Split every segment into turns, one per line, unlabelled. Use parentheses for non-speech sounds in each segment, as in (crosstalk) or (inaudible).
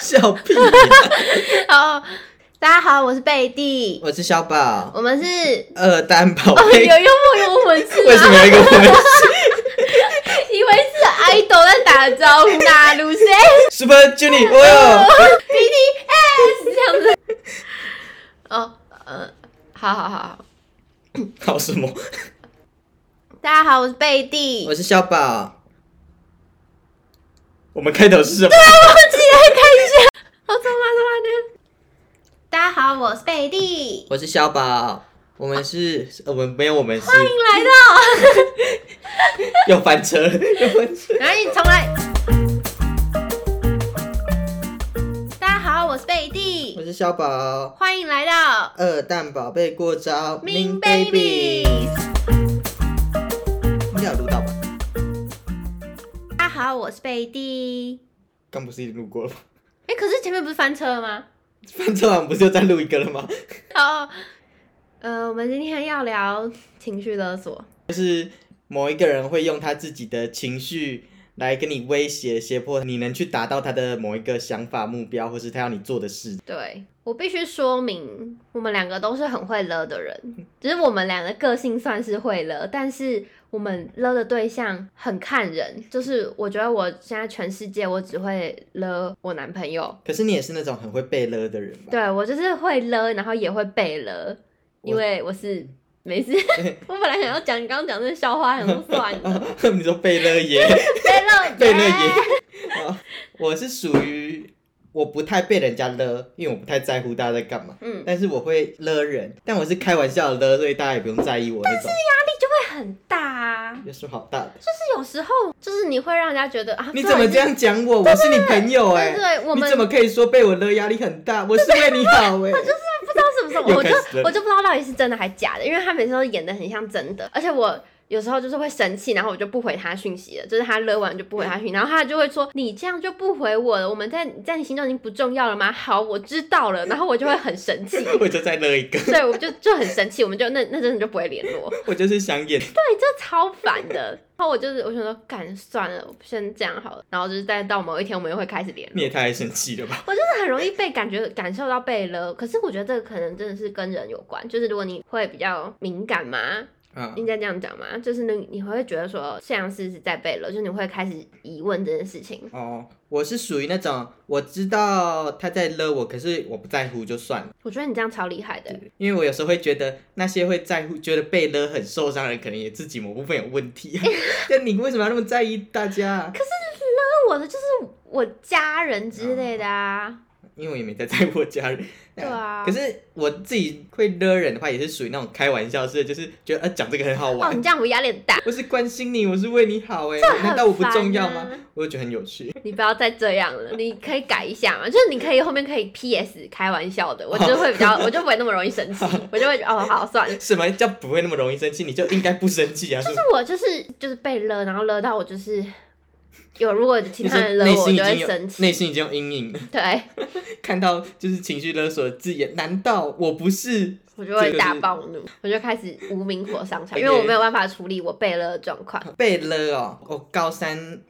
笑屁！
好，大家好，我是贝蒂，
(laughs) 我是小宝，
我
(laughs)
们是
二单宝
哦，有
贝。
幽默有文字
为什
啊，
么有一个我们
以为是 idol 在打招呼，哪
(laughs)
路谁
Super
(laughs)
Junior？哦哟，
BTS 这样子？哦，呃，好好好，好
好什么？
大家好，我是贝蒂，
我是小宝。我们开头是什么？
自己来看一下，我怎么怎么的？大家好，我是贝蒂，
我是小宝。我们是，呃我们没有，我们是
欢迎来到，
(laughs) 又翻车了，又翻车。
然后你重来。大家好，我是贝蒂
我，是小宝，
欢迎来到
二蛋宝贝过招
Min
，Min
Baby。
应该有录到吧？
大家好，我是贝蒂。
刚不是已经录过了吗？
哎、可是前面不是翻车了吗？
翻车完不是又再录一个了吗？
哦，呃，我们今天要聊情绪勒索。
某一个人会用他自己的情绪来跟你威胁、胁迫你，能去达到他的某一个想法、目标，或是他要你做的事。
对我必须说明，我们两个都是很会勒的人，只是我们两个个性算是会勒，但是我们勒的对象很看人。就是我觉得我现在全世界，我只会勒我男朋友。
可是你也是那种很会被勒的人吧？
对我就是会勒，然后也会被勒，因
我
为我是
(laughs)
没事。我本来想要讲，你刚刚讲这个笑话，想说算
(laughs)
了，
对，你说被勒耶，
被勒
被勒
耶
耶。啊我是属于我不太被人家勒，因为我不太在乎大家在干嘛。
嗯，
但是我会勒人，但我是开玩笑的勒，所以大家也不用在意我那种。
会很大啊。
有什么好大的？
就是有时候，就是你会让人家觉得啊，
你怎么这样讲我？
对
我是你朋友哎、
对对，我
你
们
怎么可以说被我勒压力很大？我是为你好哎、
不知道是不是我，
又
我
开
就
始了
我就不知道到底是真的还假的，因为他每次都演的很像真的，而且我。有时候就是会生气，然后我就不回他讯息了，就是他勒完就不回他
嗯
讯息，然后他就会说你这样就不回我了，我们在在你心中已经不重要了吗？好，我知道了，然后我就会很生气，
(laughs) 我就再勒一个，
所以我就就很生气，我们就那那真的就不会联
(laughs)
络。
我就是想演。
对，这超烦的。然后我就是我想说，干算了，我先这样好了。然后就是再到某一天，我们又会开始联
你
络。
也太生气了吧？
我就是很容易被感觉感受到被勒，可是我觉得这个可能真的是跟人有关。就是如果你会比较敏感嘛，
啊，
应该这样讲嘛，就是你你会觉得说像是是在被勒，就是你会开始疑问这件事情。
哦，我是属于那种我知道他在勒我，可是我不在乎就算了，
我觉得你这样超厉害的，
因为我有时候会觉得那些会在乎、觉得被勒很受伤的人，可能也自己某部分有问 (laughs) 题。但你为什么要那么在意大家啊？
那我的就是我家人之类的啊。
因为我也没在在乎我家人。
对啊
嗯可是我自己会勒人的话，也是属于那种开玩笑式的，就是觉得呃讲这个很好
哦，
玩。
你这样我压力很大，
我是关心你，我是为你好哎、难道我不重要吗？我就觉得很有趣。
你不要再这样了，你可以改一下嘛，就是你可以后面可以 P S 开玩笑的，我就会比较，
哦
我就不会那么容易生气，我就会觉得哦好
(laughs)
算了。
什么叫不会那么容易生气？你就应该不生气啊！是不是
但是我就是就是被勒，然后勒到我就是有如果其
你
他
是
人勒
内
我，我
心已
就会
经有
生气。
内心已经有阴影了，
对，
看到就是情绪勒索的字眼，难道我不是？
我就会
这个
大
是哎
暴怒，我就开始无名火上场，
OK
因为我没有办法处理我被勒的状况。
被勒哦，我高三。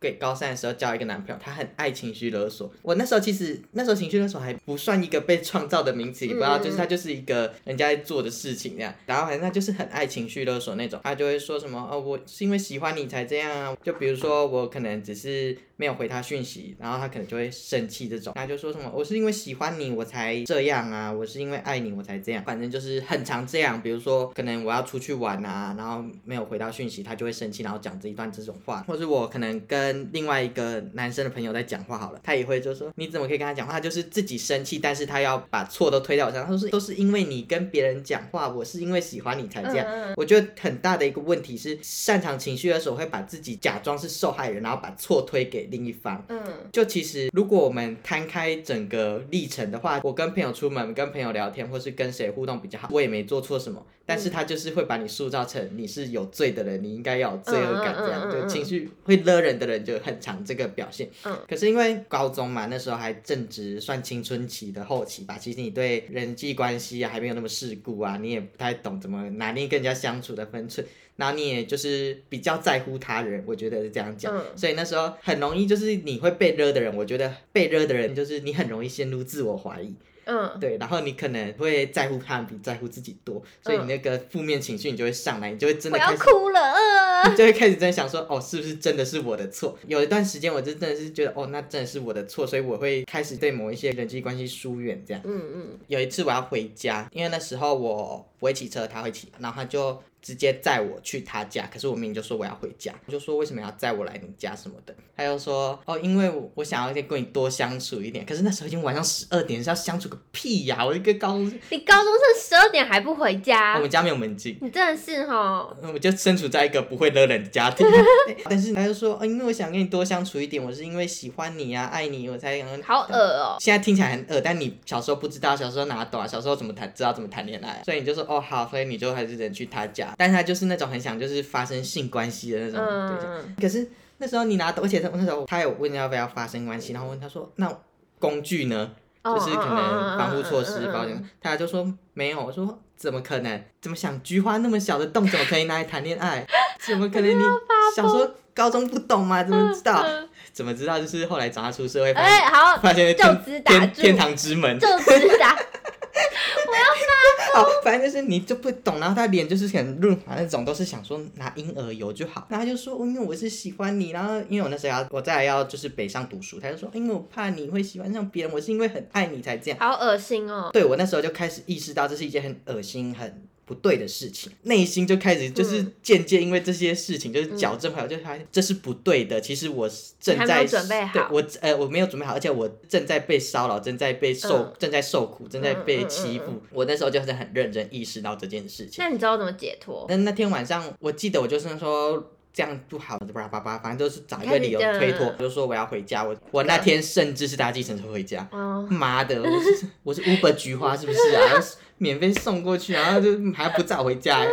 对，高三的时候交一个男朋友，他很爱情绪勒索。我那时候其实那时候情绪勒索还不算一个被创造的名词，你不知道，
嗯
就是他就是一个人家在做的事情这样。然后反正他就是很爱情绪勒索那种，他就会说什么哦，我是因为喜欢你才这样啊。就比如说我可能只是没有回他讯息，然后他可能就会生气这种，他就说什么我是因为喜欢你我才这样啊，我是因为爱你我才这样，反正就是很常这样。比如说可能我要出去玩啊，然后没有回到讯息，他就会生气，然后讲这一段这种话，或是我可能跟另外一个男生的朋友在讲话好了，他也会就说你怎么可以跟他讲话，他就是自己生气，但是他要把错都推到我身上，他说是都是因为你跟别人讲话，我是因为喜欢你才这样。
嗯，
我觉得很大的一个问题是，擅长情绪的时候会把自己假装是受害人，然后把错推给另一方。
嗯嗯
就其实，如果我们摊开整个历程的话，我跟朋友出门、跟朋友聊天，或是跟谁互动比较好，我也没做错什么，但是他就是会把你塑造成你是有罪的人，你应该要有罪恶感，这
嗯嗯嗯
样
嗯
对
嗯
情绪会勒人的人就很常这个表现。
嗯，
可是因为高中嘛，那时候还正值算青春期的后期吧，其实你对人际关系啊还没有那么世故啊，你也不太懂怎么拿捏跟人家相处的分寸。然后你也就是比较在乎他人，我觉得是这样讲。
嗯
所以那时候很容易就是你会被勒的人，我觉得被勒的人就是你很容易陷入自我怀疑，
嗯，
对，然后你可能会在乎他人比在乎自己多，所以你那个负面情绪你就会上来，你就会真
嗯我
的
要
开始
哭了，呃
你就会开始真的想说，哦，是不是真的是我的错？有一段时间，我就真的是觉得，哦，那真的是我的错，所以我会开始对某一些人际关系疏远这样。
嗯嗯，
有一次我要回家，因为那时候我不会骑车，他会骑，然后他就直接载我去他家。可是我明明就说我要回家，我就说为什么要载我来你家什么的，他就说哦，因为我我想要再跟你多相处一点。可是那时候已经晚上十二点，是要相处个屁呀、我一个高中生，
你高中生十二点还不回家
我，们家没有门禁。
你真的是哦哈，
呃我就身处在一个不会勒人的家庭，但是他就说，哦，因为我想跟你多相处一点，我是因为喜欢你啊，爱你，我才想跟你
好恶哦、
现在听起来很恶，但你小时候不知道，小时候哪懂啊？小时候怎么谈知道怎么谈恋爱、所以你就说哦好，所以你就还是人去他家，但是他就是那种很想就是发生性关系的那种对象。
嗯，
可是那时候你拿，而且他那时候他有问要不要发生关系，然后问他说那工具呢？
哦
就是可能防护措施，保，
嗯嗯嗯嗯嗯嗯
险，他就说没有，我说怎么可能？怎么想菊花那么小的洞，怎么可以拿来谈恋爱？怎么可能你小时候高中不懂吗？怎么知道？
嗯
怎么知道？就是后来长大出社会，发
哎、
现
好，
发现
就此
天
打
天
住
天堂之门，
就直达，
好，反正就是你就不懂，然后他脸就是很润滑那种，都是想说拿婴儿油就好。然后他就说，哦因为我是喜欢你，然后因为我那时候要我再来要就是北上读书，他就说，因为我怕你会喜欢上别人，我是因为很爱你才这样。
好恶
(laughs)
心哦、
对我那时候就开始意识到这是一件很恶心、很不对的事情，内心就开始
嗯
就是渐渐因为这些事情就是矫正回来，我就发现这是不对的。其实我是正
还没
在
有准备好
对我呃我没有准备好，而且我正在被骚扰，正在被受、
嗯
正在受苦，正在
嗯嗯
被
嗯
欺负。
嗯
我那时候就是很认真意识到这件事情。
那你知道我怎么解脱？
那那天晚上，我记得我就是说这样不好，巴拉巴拉，反正就是找一个
开始
理由
这
推
样
脱，我就说我要回家。我我
嗯
那天甚至是搭计程车回家。
哦，
妈的，我是 (laughs) 我是 Uber 菊花是不是啊？免费送过去，然后就还不载我回家、
(laughs)
欸，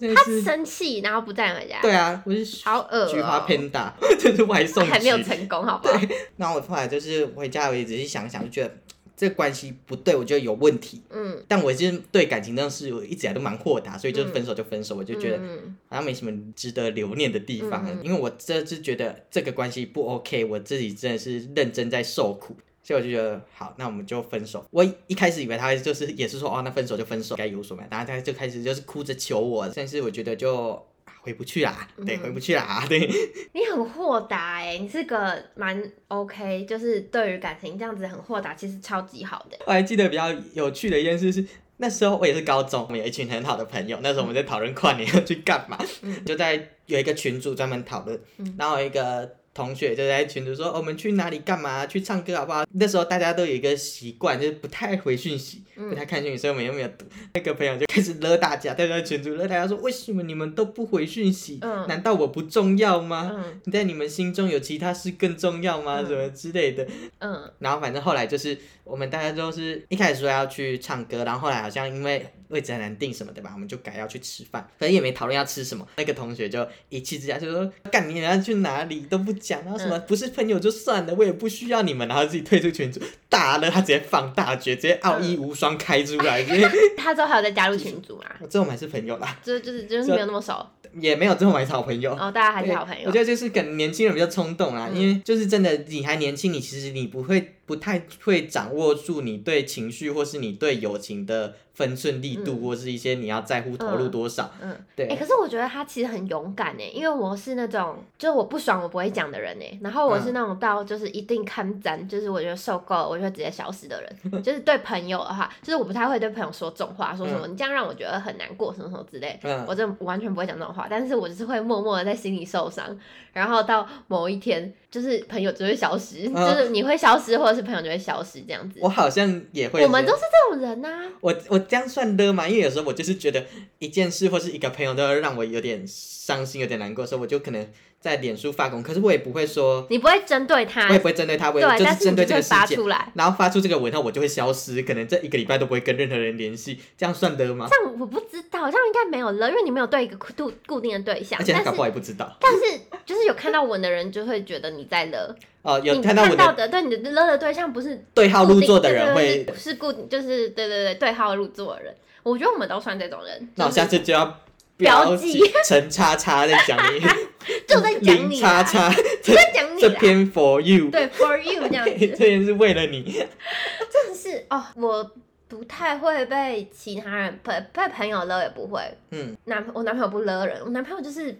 真的是。
生气然后不带回家，
对啊，我是菊
好恶、哦
花 Panda，这 (laughs) 是外送
还没有
局。
成功，好不好？
然后我后来就是回家，我也仔细想想，就觉得这关系不对，我觉得有问题。
嗯，
但我就是对感情这种事，我一直以来都蛮豁达，所以就分手就分手，我就觉得
嗯
好像没什么值得留念的地方，因为我这是觉得这个关系不 OK，我自己真的是认真在受苦，所以我就觉得好，那我们就分手。我一开始以为他就是也是说哦，那分手就分手，该有所嘛，然后他就开始就是哭着求我，但是我觉得就啊回不去啦，对，
嗯
回不去啦，对，
你很豁达哎、你是个蛮 OK，就是对于感情这样子很豁达，其实超级好的。
我还记得比较有趣的一件事是，那时候我也是高中，我们有一群很好的朋友，那时候我们在讨论跨年要去干嘛，
嗯
就在有一个群组专门讨论，
嗯
然后有一个。同学就在群组说、哦我们去哪里干嘛？去唱歌好不好？那时候大家都有一个习惯，就是不太回讯息，
嗯
不太看讯息，所以我们又没有读。那个朋友就开始勒大家，在那群组勒大家说，为什么你们都不回讯息？
嗯
难道我不重要吗？
嗯
你在你们心中有其他事更重要吗？
嗯
什么之类的。
嗯
然后反正后来就是我们大家都是一开始说要去唱歌，然后后来好像因为位置很难定什么的吧，我们就改要去吃饭，反正也没讨论要吃什么。那个同学就一气之下就说：“干你娘去哪里 (laughs) 都不讲，然后什么、不是朋友就算了，我也不需要你们。”然后自己退出群组，大了他直接放大绝，直接奥义无双开出来，直接。 (laughs)
他之后还有再加入群组嘛？
这我们还是朋友啦，
就就是就是没有那么熟，
也没有这种还是好朋友。
哦，大家还是
哦对
好朋友
我。觉得就是可能年轻人比较冲动啦，
嗯
因为就是真的你还年轻，你其实你不会不太会掌握住你对情绪或是你对友情的分寸力度，
嗯
或是一些你要在乎投入多少。
嗯，
对，啊
哎、可是我觉得他其实很勇敢哎，因为我是那种就是我不爽我不会讲的人哎，然后我是
嗯
那种到就是一定看展，就是我觉得受够了，我就会直接消失的
(laughs)
人。就是对朋友的话，就是我不太会对朋友说重话，说什么、你这样让我觉得很难过什么什么之类。
嗯
我真的完全不会讲这种话，但是我就是会默默的在心里受伤，然后到某一天，就是朋友就会消失，
嗯
(laughs) 就是你会消失，或者是朋友就会消失这样子。
我好像也会。
我们都是这种人啊呐、
我我这样算的吗？因为有时候我就是觉得一件事或是一个朋友都会让我有点伤心、有点难过，所以我就可能在脸书发功，可是我也不会说，
你不会针对他，
我也不会针对他，我
对
也，就
但
是
是
针
你
对
就
这
会
个事
发
件。
出来。
然后发出这个文后，我就会消失，可能这一个礼拜都不会跟任何人联系，这样算得吗？
这样我不知道，这样应该没有了，因为你没有对一个固固固定的对象
而，且他
但
搞不
是
好也不知道。
但是就是有看到文的人就会觉得你在勒，
哦， (laughs) 有
你
看
看
到我
到
的
的对你的勒的对象不是
对号入座的
固定
人
对对
会，
对是固定就是对对对对号入座的人，我觉得我们都算这种人。
那我
就是
下次就要
标记
陈叉叉在讲你，
(laughs) 就在讲
林
你
叉
啦， (laughs)
叉，
就在讲你
这
啦。
篇 for you，
对，for you 这
(laughs)
样
这
子，
篇是为了你，
真的是哦，我不太会被其他人朋被朋友勒，也不会。
嗯，
男我男朋友不勒人，我男朋友就是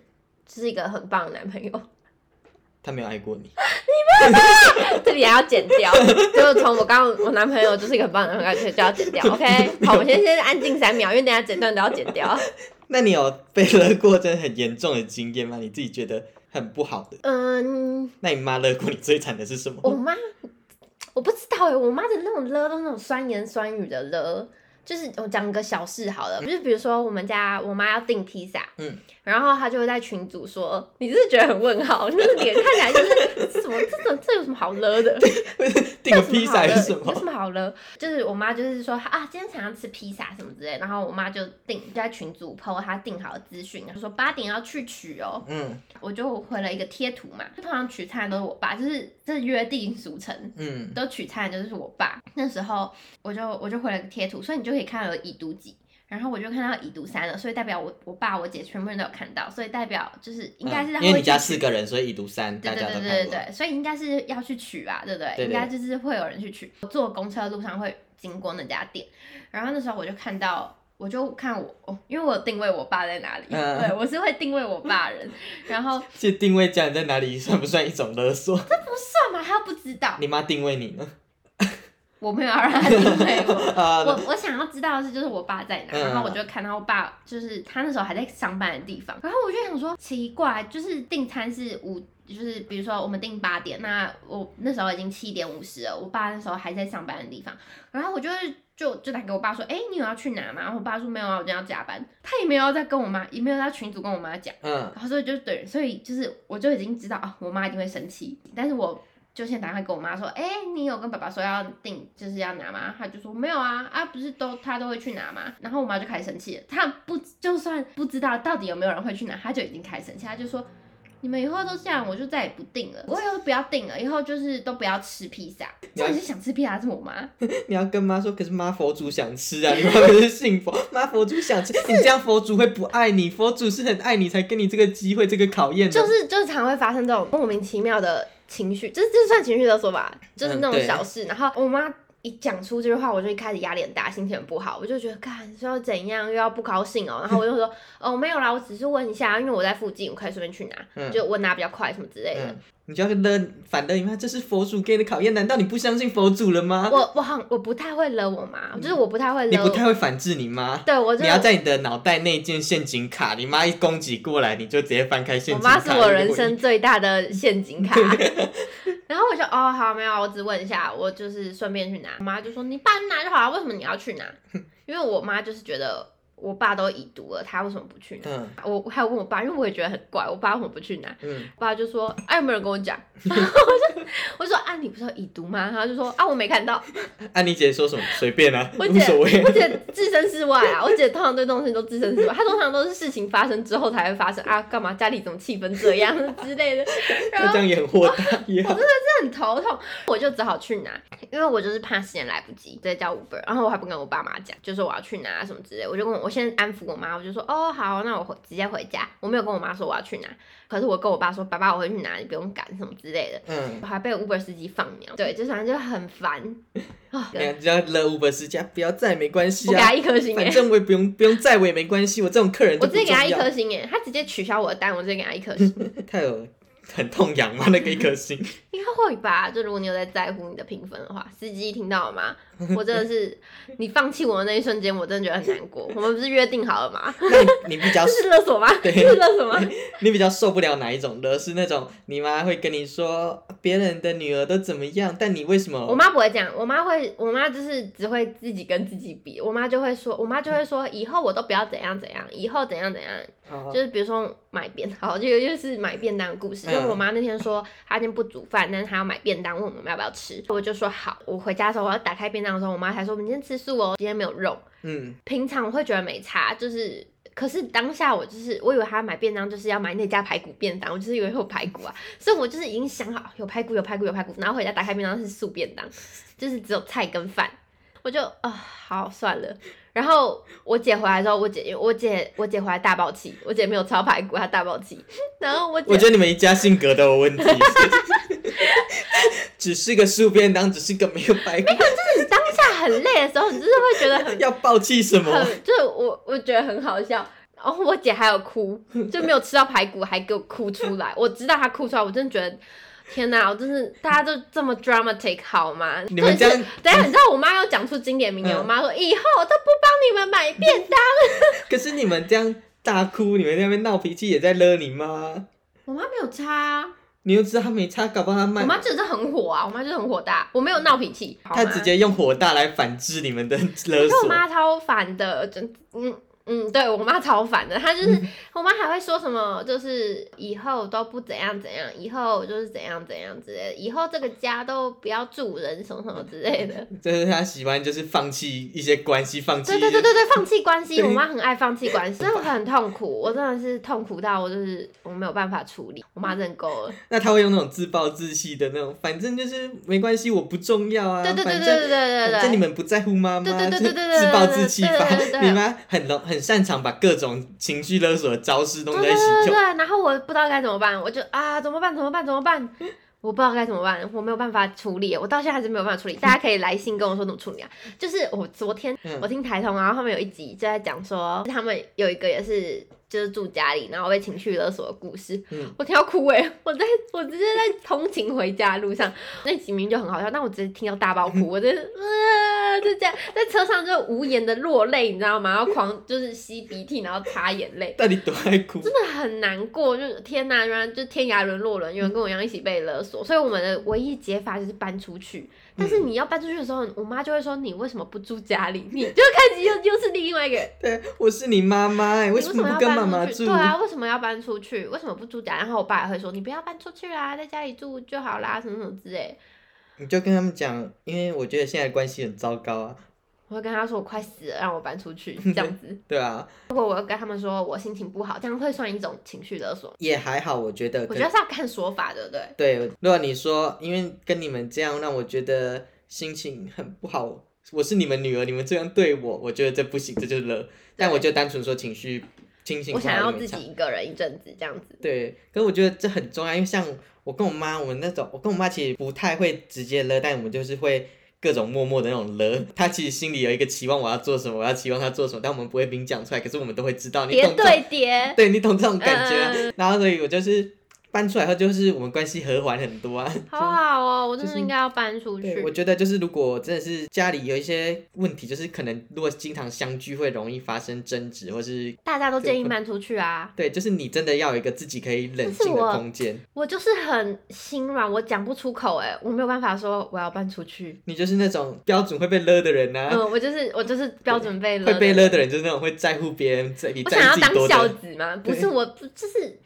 就是一个很棒的男朋友，
他没有爱过你，
(laughs) 这里还要剪掉，就是从我刚刚我男朋友就是一个很棒的男朋友，就要剪掉。OK，好，我们 (laughs) 先先安静三秒，因为等一下整段都要剪掉。
那你有被勒过真的很严重的经验吗？你自己觉得很不好的，
嗯，
那你妈勒过你最惨的是什么？
我妈，我不知道哎，我妈的那种勒都是那种酸言酸语的勒，就是我讲个小事好了，就是比如说我们家我妈要订披萨，
嗯，
然后她就会在群组说，你是不是觉得很问号，就是脸看起来就是这什么这这这有什么好勒的？
(laughs) 订个
有
披
么好
萨
勒
是什
有什
么？
么好勒？就是我妈就是说啊，今天想要吃披萨什么之类，然后我妈就订就在群组 PO 她订好的资讯，就说八点要去取哦。
嗯
我就回了一个贴图嘛，通常取餐都是我爸，就是这是约定俗成。
嗯，
都取餐的就是我爸。那时候我就我就回了个贴图，所以你就可以看到有已读几，然后我就看到已读三了，所以代表我我爸我姐全部人都有看到，所以代表就是应该是他
嗯
会
因为你
去
家
取
四个人，所以已读三，
对
大
对
家
对
都
对
看
对
过。
对，所以应该是要去取吧，对不对？
对对
应该就是会有人去取。我坐公车的路上会经过那家店，然后那时候我就看到，我就看我，哦、因为我有定位我爸在哪里，
嗯
对我是会定位我爸人，然后
这定位家人在哪里 (laughs) 算不算一种勒索？ (laughs)
不算嘛，他又不知道，
你妈定位你呢？ (laughs)
我没有要让他定位我。
啊，
我我想要知道的是，就是我爸在哪，
嗯
然后我就看到我爸，就是他那时候还在上班的地方，然后我就想说奇怪，就是订餐是五，就是比如说我们订八点，那我那时候已经七点五十了，我爸那时候还在上班的地方，然后我就就就打给我爸说，哎、你有要去哪吗？然后我爸说没有啊，我今天要加班，他也没有要再跟我妈，也没有在群组跟我妈讲，
嗯
然后所以就对，所以就是我就已经知道啊，我妈一定会生气，但是我就先打电话跟我妈说，哎、你有跟爸爸说要订，就是要拿吗？她就说没有啊，啊不是都他都会去拿吗？然后我妈就开始生气了，她不就算不知道到底有没有人会去拿，她就已经开始生气，她就说。你们以后都这样，我就再也不订了。我以后都不要订了，以后就是都不要吃披萨。
你要
到底是想吃披萨还是我妈？
你要跟妈说，可是妈佛祖想吃啊，你妈不是信佛，妈佛祖想吃，你这样佛祖会不爱你，佛祖是很爱你才给你这个机会，这个考验的。
就是就是常会发生这种莫名其妙的情绪，这这算情绪勒索吧，就是那
嗯
种
对
小事。然后我妈一讲出这句话，我就一开始压力很大，心情很不好，我就觉得干说要怎样又要不高兴哦。然后
(laughs)
我就说哦没有啦，我只是问一下，因为我在附近，我可以随便去拿，
嗯
就我拿比较快什么之类的。
嗯，你就要勒反勒你妈，这是佛祖给你的考验，难道你不相信佛祖了吗？
我我好我不太会勒我妈，就是我不太会
嗯你
勒
不太会反制你妈。
对我就
你要在你的脑袋内建陷阱卡，你妈一攻击过来，你就直接翻开陷
我
阱卡。
妈是我人
如
生
果
最大的陷阱卡。 (laughs) 然后我就哦好没有，我只问一下，我就是顺便去拿。我妈就说你爸去拿就好了，啊为什么你要去拿？因为我妈就是觉得我爸都已读了，他为什么不去
你
拿？
嗯
我我还有问我爸，因为我也觉得很怪，我爸为什么不去拿？
嗯，
我爸就说：“哎、有没有人跟我讲？” (laughs) 我就我就说：“啊，你不是有已读吗？”然后就说：“啊，我没看到。”
安妮姐说什么随便啊，
我
无
姐，
所谓
我。姐置身事外啊！我姐通常对这种事情都置身事外，她通常都是事情发生之后才会发生啊，干嘛家里怎么气氛这样 (laughs) 之类的，然
那这
后
样也很豁达，也好。
很头痛，我就只好去拿，因为我就是怕时间来不及，直接叫 Uber，然后我还不跟我爸妈讲，就说我要去拿什么之类，我就跟我我先安抚我妈，我就说哦好，那我回直接回家，我没有跟我妈说我要去拿，可是我跟我爸说爸爸我会去拿，你不用赶什么之类的，
嗯，
我还被 Uber 司机放鸟，对，就反正就很
(laughs)
烦啊，
你只要勒五本世家，不要载没关系
我给
啊
他，一颗星哎、
反正我也不用不用载我也没关系，我这种客人
我
就不
直接给他一
重要
颗星欸耶，他直接取消我的单，我直接给他一颗星，
他有很痛痒吗？那个一颗
(laughs)
星，
应该会吧？就如果你有在在乎你的评分的话，司机听到了吗？我真的
(laughs)
是，你放弃我的那一瞬间，我真的觉得很难过。我们不是约定好了吗？
那你你比
(laughs)
较
这是勒索吗？这
啊对
是勒索吗？
你比较受不了哪一种的？是那种你妈会跟你说别人的女儿都怎么样，但你为什
我
么？
妈不会这样，我妈会，我妈就是只会自己跟自己比，我妈就会说，我妈就会说，以后我都不要怎样怎样，以后怎样怎样，
哦
就是比如说买便，好，这个就是买便当的故事。
嗯
因为我妈那天说她今天不煮饭，但是她要买便当，问我们要不要吃，我就说好。我回家的时候，我要打开便当的时候，我妈才说我们今天吃素哦，今天没有肉。
嗯，
平常我会觉得没差，就是。可是当下我就是，我以为她买便当就是要买那家排骨便当，我就是以为会有排骨啊，所以我就是已经想好有排骨有排骨有排骨，然后回家打开便当是素便当，就是只有菜跟饭。我就啊、好算了。然后我姐回来之后，我姐我姐我姐回来大爆气，我姐没有超排骨，她大爆气。 (laughs) 然后我姐
我觉得你们一家性格都有问题， (laughs) 只是个素便当，只是个没有白骨，
你当下很累的时候，你真的会觉得很
要暴气什么？
很，就是我我觉得很好笑。然后我姐还有哭，就没有吃到排骨，还给我哭出来。我知道她哭出来，我真的觉得天哪，我真是大家都这么 dramatic 好吗？
你们这
真的是
样，
等一下你知道我妈又讲出经典名言，
嗯
我妈说以后我都不帮你们买便当。
可是你们这样大哭，你们在那边闹脾气也在勒你妈。
我妈没有差、啊，
你又知道他没差，搞不好他
我
卖，
妈真的是很火啊，我妈就是很火大，我没有闹脾气，好
他
吗
直接用火大来反制你们的勒
可是我
索。
妈超烦的，真嗯。嗯，对我妈超烦的，她就是
嗯
我妈还会说什么，就是以后都不怎样怎样，以后就是怎样怎样之类的，以后这个家都不要住人什么什么之类的。
就是他喜欢就是放弃一些关系，放弃
(laughs) 对对对对对，放弃关系，
对
我妈很爱放弃关系，真的很痛苦，我真的是痛苦到我就是我没有办法处理，我妈真的够了。
那他会用那种自暴自弃的那种，反正就是没关系，我不重要啊。
对对对
反
对
正
对对对对
反正你们不在乎妈妈，
对
就
对对对
是
对对对
自暴自弃法
对对对。对
你妈很容很擅长把各种情绪勒索的招式弄
对
在一
对
起
对对
用。，
然后我不知道该怎么办，我就啊怎么办怎么办怎么办，我不知道该怎么办，我没有办法处理，我到现在还是没有办法处理。大家可以来信跟我说怎么处理啊。就是我昨天
嗯
我听台通，然后他们有一集就在讲说他们有一个也是。就是住家里，然后被情绪勒索的故事，
嗯
我听到哭哎、我在我直接在通勤回家的路上，那集名就很好笑，但我直接听到大爆哭，我真的是呃，就这样在车上就无言的落泪，你知道吗？然后狂就是吸鼻涕，然后擦眼泪，
到底多爱哭？
真的很难过，就是天哪，原来就天涯沦落人，有人跟我一样一起被勒索，所以我们的唯一解法就是搬出去。但
嗯
是你要搬出去的时候，我妈就会说你为什么不住家里？你就开始又又是另外一个，
对，我是 (laughs) 你妈妈哎，
你
为
为
什
什
么
么
不
要
跟妈妈
搬出去？
住？
对啊，为什么要搬出去？为什么不住家？然后我爸也会说你不要搬出去啦，在家里住就好啦，什么什么之类。
你就跟他们讲，因为我觉得现在的关系很糟糕啊，
我会跟他说我快死了，让我搬
(laughs)
出去这样子。
对啊，
如果我要跟他们说我心情不好，这样会算一种情绪勒索。
也还好，我觉得。
我
可
觉得是要看说法，对不对？
对，如果你说因为跟你们这样让我觉得心情很不好，我是你们女儿，你们这样对我，我觉得这不行，这就是了。但我就单纯说情绪心情
我
不
想
好
要
你
自
们差
己。一个人一阵子这样子。
对，可是我觉得这很重要，因为像我跟我妈，我们那种我跟我妈其实不太会直接勒，但我们就是会各种默默的那种勒。她其实心里有一个期望，我要做什么，我要期望她做什么，但我们不会明讲出来，可是我们都会知道。你
叠
懂这
对 (laughs) 叠，
(laughs) 对你懂这种感
嗯
觉啊、然后所以我就是搬出来后，就是我们关系和缓很多啊。
好好哦，我真
就
的
是
应该要搬出
对，我
去。
觉得就是如果真的是家里有一些问题，就是可能如果经常相聚会容易发生争执，或是
大家都建议搬出去啊！
对，就是你真的要有一个自己可以冷
但是
静的
我
空间。
我就是很心软，我讲不出口哎、我没有办法说我要搬出去。
你就是那种标准会被勒的人呐、
嗯，我就是我就是标准被勒，
会被勒的。人就是那种会在乎别人在你
嗯我
在意
想要
自己
当
多
孝
的。
子吗？不是，我不就是。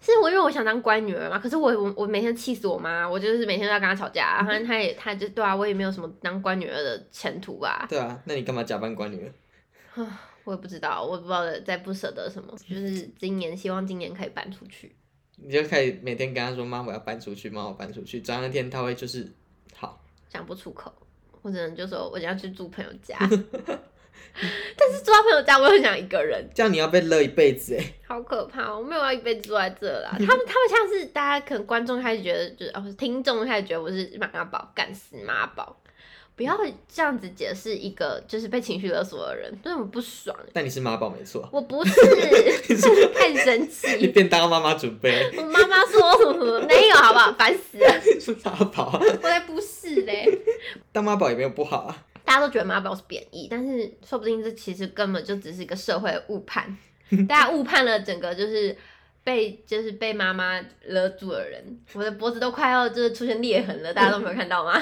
是我因为我想当乖女儿嘛，可是我我我每天气死我妈，我就是每天都要跟她吵架啊，反正她也她就对啊，我也没有什么当乖女儿的前途吧，
对啊，那你干嘛假扮乖女儿？
我也不知道，我不知道在不舍得什么，就是今年希望今年可以搬出去。
你就可以每天跟他说：“妈，我要搬出去，妈，我搬出去。”转那天他会就是好，
讲不出口，我只能就说我要去住朋友家。但是住到朋友家，我又想一个人，
这样你要被勒一辈子哎。
好可怕！哦我没有要一辈子住在这啦。他们他们像是大家可能观众开始觉得，就是哦，听众开始觉得我是妈宝，干死妈宝。不要这样子解释一个就是被情绪勒索的人，真的很不爽。欸
但你是妈宝没错，
我不是，
(laughs)
太生
你 (laughs)
气。
便当妈妈准备
我妈妈说什么什么没有，好不好？烦死了！
是妈宝，
我才不是嘞。
当妈宝也没有不好啊。
大家都觉得妈宝是贬义，但是说不定这其实根本就只是一个社会误判，大
(laughs)
家误判了整个就是被就是被妈妈勒住的人，我的脖子都快要就是出现裂痕了，大家都没有看到
(laughs)
吗？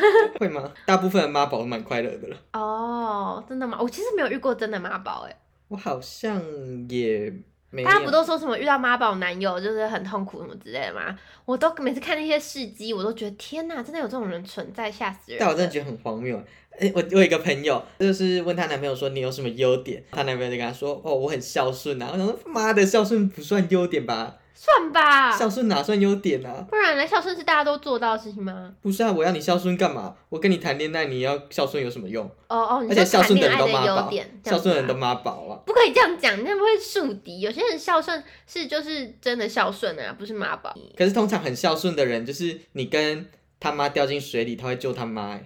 会吗？大部分的妈宝都蛮快乐的了。
哦真的吗？我其实没有遇过真的妈宝哎，
我好像也没有。
大家不都说什么遇到妈宝男友就是很痛苦什么之类的吗？我都每次看那些事迹，我都觉得天哪，真的有这种人存在，吓死人了！
但我真的觉得很荒谬。哎、我我有一个朋友，就是问她男朋友说你有什么优点，她男朋友就跟她说哦我很孝顺啊。我想说妈的孝顺不算优点吧？
算吧，
孝顺哪算优点啊？
不然呢？孝顺是大家都做到的事情吗？
不是啊，我要你孝顺干嘛？我跟你谈恋爱，你要孝顺有什么用？
哦哦，你
而且
说
孝
谈
顺的人
恋爱
都
的
妈
优
宝
点，，这
孝
样子啊
顺的人都妈
吗
宝啊了。
不可以这样讲，那不会树敌。有些人孝顺是就是真的孝顺啊，不是妈宝。
可是通常很孝顺的人，就是你跟他妈掉进水里，他会救他妈、欸，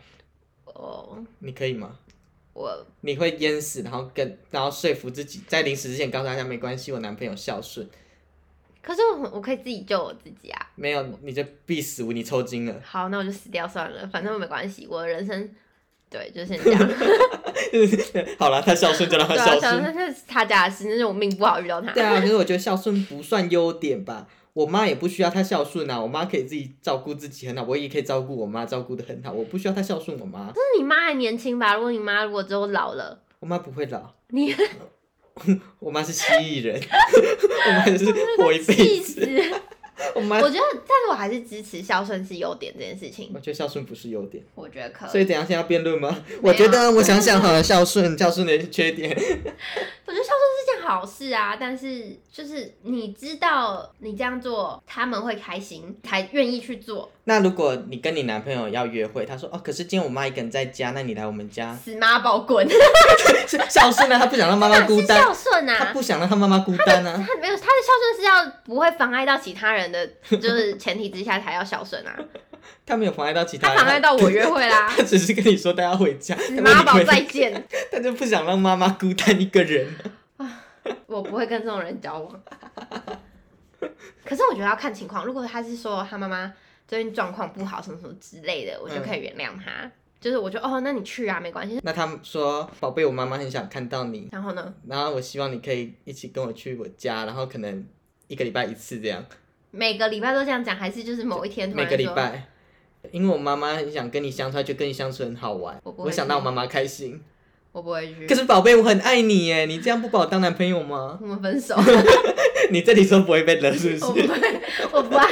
哦，
你可以吗？
我
你会淹死，然后跟然后说服自己，在临死之前告诉大家没关系，我男朋友孝顺，
可是我我可以自己救我自己啊。
没有你就必死无疑，你抽筋了， (laughs)
好，那我就死掉算了，反正我没关系，我的人生对就先
(laughs)
这样。
好了，他孝顺就让他
对啊，
孝
想
顺。
那那是他家的事，那是我命不好遇到他。
对啊，可是我觉得孝顺不算优点吧。我妈也不需要她孝顺啊，我妈可以自己照顾自己很好，我也可以照顾我妈，照顾的很好，我不需要她孝顺我妈，
那你妈还年轻吧？如果你妈如果之后老了，
我妈不会老， (laughs)
你
我妈是蜥蜴人， (laughs) 我妈就是活一辈
气
子，
死！
我妈，
(laughs) 我觉得，但是我还是支持孝顺是优点这件事情
我，觉得孝顺不是优点，
我觉得可
所
以。
以怎样现在要辩论吗？ (laughs)
没有
我觉得我想想好了，孝顺孝顺的缺点， (laughs)
我觉得孝顺是件好事啊，但是就是你知道你这样做他们会开心，才愿意去做。
那如果你跟你男朋友要约会，他说哦，可是今天我妈一个人在家，那你来我们家 (laughs)
死妈宝滚！
是孝顺啊，他不想让妈妈
哪
孤
是
单，
孝顺
他
啊？
不想让他妈妈孤单啊。
他没有，他的孝顺是要不会妨碍到其他人的，
(laughs)
就是前提之下才要孝顺啊。
他没有妨碍到其他
他
人，
妨碍到我约会啦，
他只是跟你说他要回家，
(laughs) 死
啊他
妈
问
宝
你
再
会，
见，
(laughs) 他就不想让妈妈孤单一个人。 (laughs)
我不会跟这种人交往。可是我觉得要看情况，如果他是说他妈妈最近状况不好什么什么之类的，我就可以原谅他。就是我就哦，那你去啊，没关系。
那他说：“宝贝，我妈妈很想看到你，
然后呢，
然后我希望你可以一起跟我去我家，然后可能一个礼拜一次这样，
每个礼拜都这样讲，还是就是某一天突
每
然
个礼
说
拜。”因为我妈妈很想跟你相处，她就跟你相处很好玩。
我不
我
会嗯
想
去
让我妈妈开心。
我不会
可
去，
是宝贝，我很爱你耶，你这样不把我当男朋友吗？
(laughs) 我们
(laughs)
分手。我
你这里说不会被惹是不
不
是？
会， (laughs) 我不爱，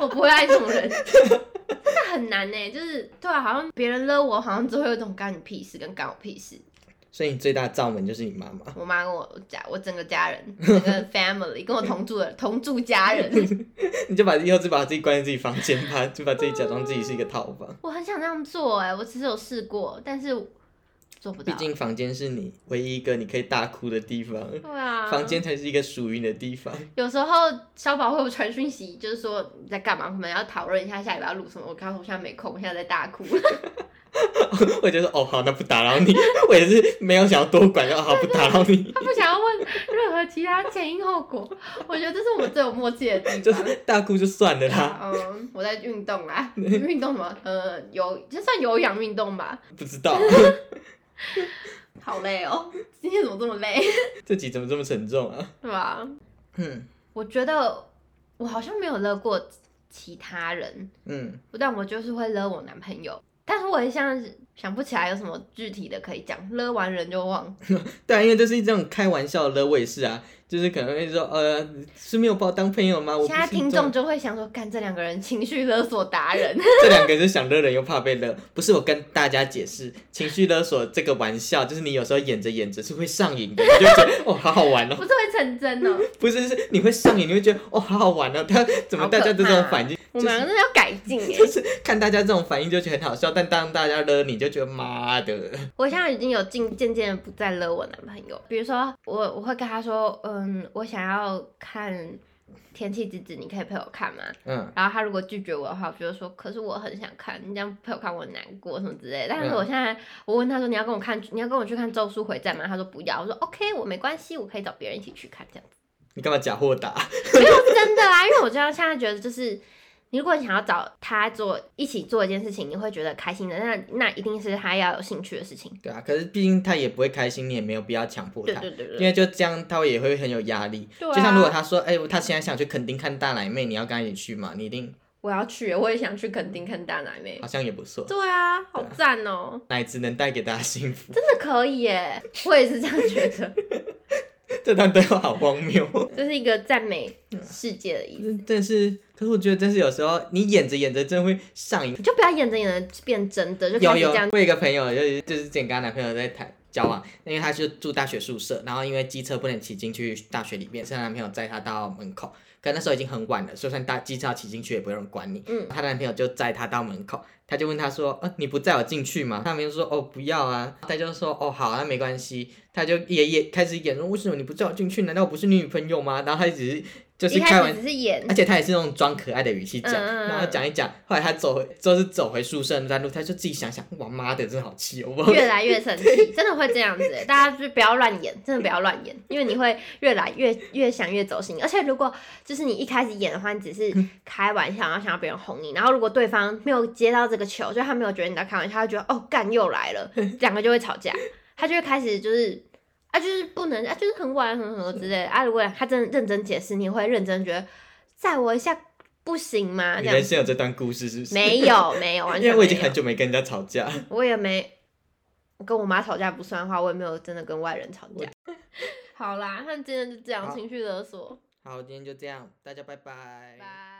我不会爱这种人，真的很难呢。就是对啊，好像别人勒我，好像只会有一种干你屁事跟干我屁事。
所以你最大的罩门就是你妈妈。
我妈跟我家，我整个
(laughs)
家人，整个 family 跟我同住的同住家
(laughs)
人，
你就把以后就把自己关在自己房间吧，就把自己假装自己是一个套房。
我很想这样做哎，我其实有试过，但是做不
毕
到。
竟房间是你唯一一个你可以大哭的地方，
对啊，
房间才是一个属于你的地方。 (laughs)
有时候消保会有传讯息，就是说你在干嘛，我们要讨论一下下礼拜要录什么。我告诉我现在没空，我现在在大哭。
我就说哦好，那不打扰你， (laughs) 我也是没有想要多管，就哦好不打扰你， (laughs)
他 (laughs) 不想要问任何其他前因后果，我觉得这是我们最有默契
(laughs)
的地方。
就是大哭就算了啦，
嗯，我在运动啦，
(laughs)
运动什么？呃，有这算有氧运动吧？
不知道
好累哦，今天怎么这么累？ (laughs)
这集怎么这么沉重啊？
是吧？
嗯
我觉得我好像没有勒过其他人，
嗯，
但我就是会勒我男朋友。但是我也像是想不起来有什么具体的可以讲，勒完人就忘。
对啊，因为这是这种开玩笑的，我也是啊，就是可能会说呃是没有把我当朋友吗？哦我不
现在
是
听
这种
众就会想说，干这两个人情绪勒索
(laughs)
达人，
这两个是想勒人又怕被勒，不是我跟大家解释，情绪勒索这个玩笑，就是你有时候演着演着是会上瘾的，你就觉
(laughs)
得哦好好玩哦
不，是会成
(laughs)
真哦。
不是是你会上瘾，你会觉得哦好好玩哦，他怎么大家都这种反应，
我们两个真的要改进哎、
就是看大家这种反应就觉得很好笑，但当大家勒你就觉得妈的，
我现在已经有进渐渐地不再勒我男朋友，比如说我我会跟他说，嗯，我想要看《天气之子》，你可以陪我看吗？
嗯
然后他如果拒绝我的话，我就会说，可是我很想看，你这样陪我看我很难过什么之类的。但是
嗯
我现在我问他说，你要跟我看，你要跟我去看《咒术回战》吗？他说不要。我说 OK，我没关系，我可以找别人一起去看这 (laughs) 样。
你干嘛假货打？
没有是真的啊，因为我这样现在觉得就是。你如果想要找他做一起做一件事情，你会觉得开心的，那那一定是他要有兴趣的事情。
对啊，可是毕竟他也不会开心，你也没有必要强迫
对
他。
对对对
因。为就这样，他也会很有压力。
对啊
就像如果他说：“哎、他现在想去垦丁看大奶妹，你要跟他一起去吗？”你一定
我要去，我也想去垦丁看大奶妹
好。像也不错，
对啊，好赞哦、
奶子能带给大家幸福。 (laughs)
真的可以耶！我也是这样觉得，
这段对话好荒谬，
(laughs) 这是一个赞美世界的意思。
真是。可是我觉得，真是有时候你演着演着真的会上瘾。
你就不要演着演着变真的，就
有
开始
嗯有
这样，。
我有一个朋友，就是就是之前跟她男朋友在谈交往，因为她就住大学宿舍，然后因为机车不能骑进去大学里面，所以她男朋友载她到门口。可那时候已经很晚了，就算大机车要骑进去也不用人管你。
嗯
她男朋友就载她到门口，她就问她说：“呃，你不载我进去吗？”她男朋友说：“哦，不要啊。”她就说：“哦，好啊，那没关系。”她就也也开始演说：“为什么你不载我进去？难道我不是你女朋友吗？”然后她只是就是
一
开
开
玩
始只是演
而，且他也是那种装可爱的语气讲，
嗯嗯嗯
然后讲一讲，后来他走回，就是走回宿舍那段路，他就自己想想，哇妈的，真好气哦！ (laughs) 我
越来越生气，真的会这样子欸。大家就不要乱演，真的不要乱演，因为你会越来越越想越走心。而且如果就是你一开始演的话，你只是
嗯
开玩笑，然后想要别人哄你，然后如果对方没有接到这个球，就他没有觉得你在开玩笑，他就觉得哦干又来
(laughs)
了，两个就会吵架，他就会开始就是。啊，就是不能啊，就是很晚很什么之类的啊。如果他真的认真解释，你会认真觉得载我一下不行吗？这
(laughs) 你
样
人生有这段故事是不是？
没，有没有，完
因
全
为我已
没
经
有
很。久没跟人家吵架。
我也没跟我妈吵架不算的话，我也没有真的跟外人吵架。 (laughs) 好啦，那今天就这样，
好
情绪勒索，
好，今天就这样，大家拜拜。
拜。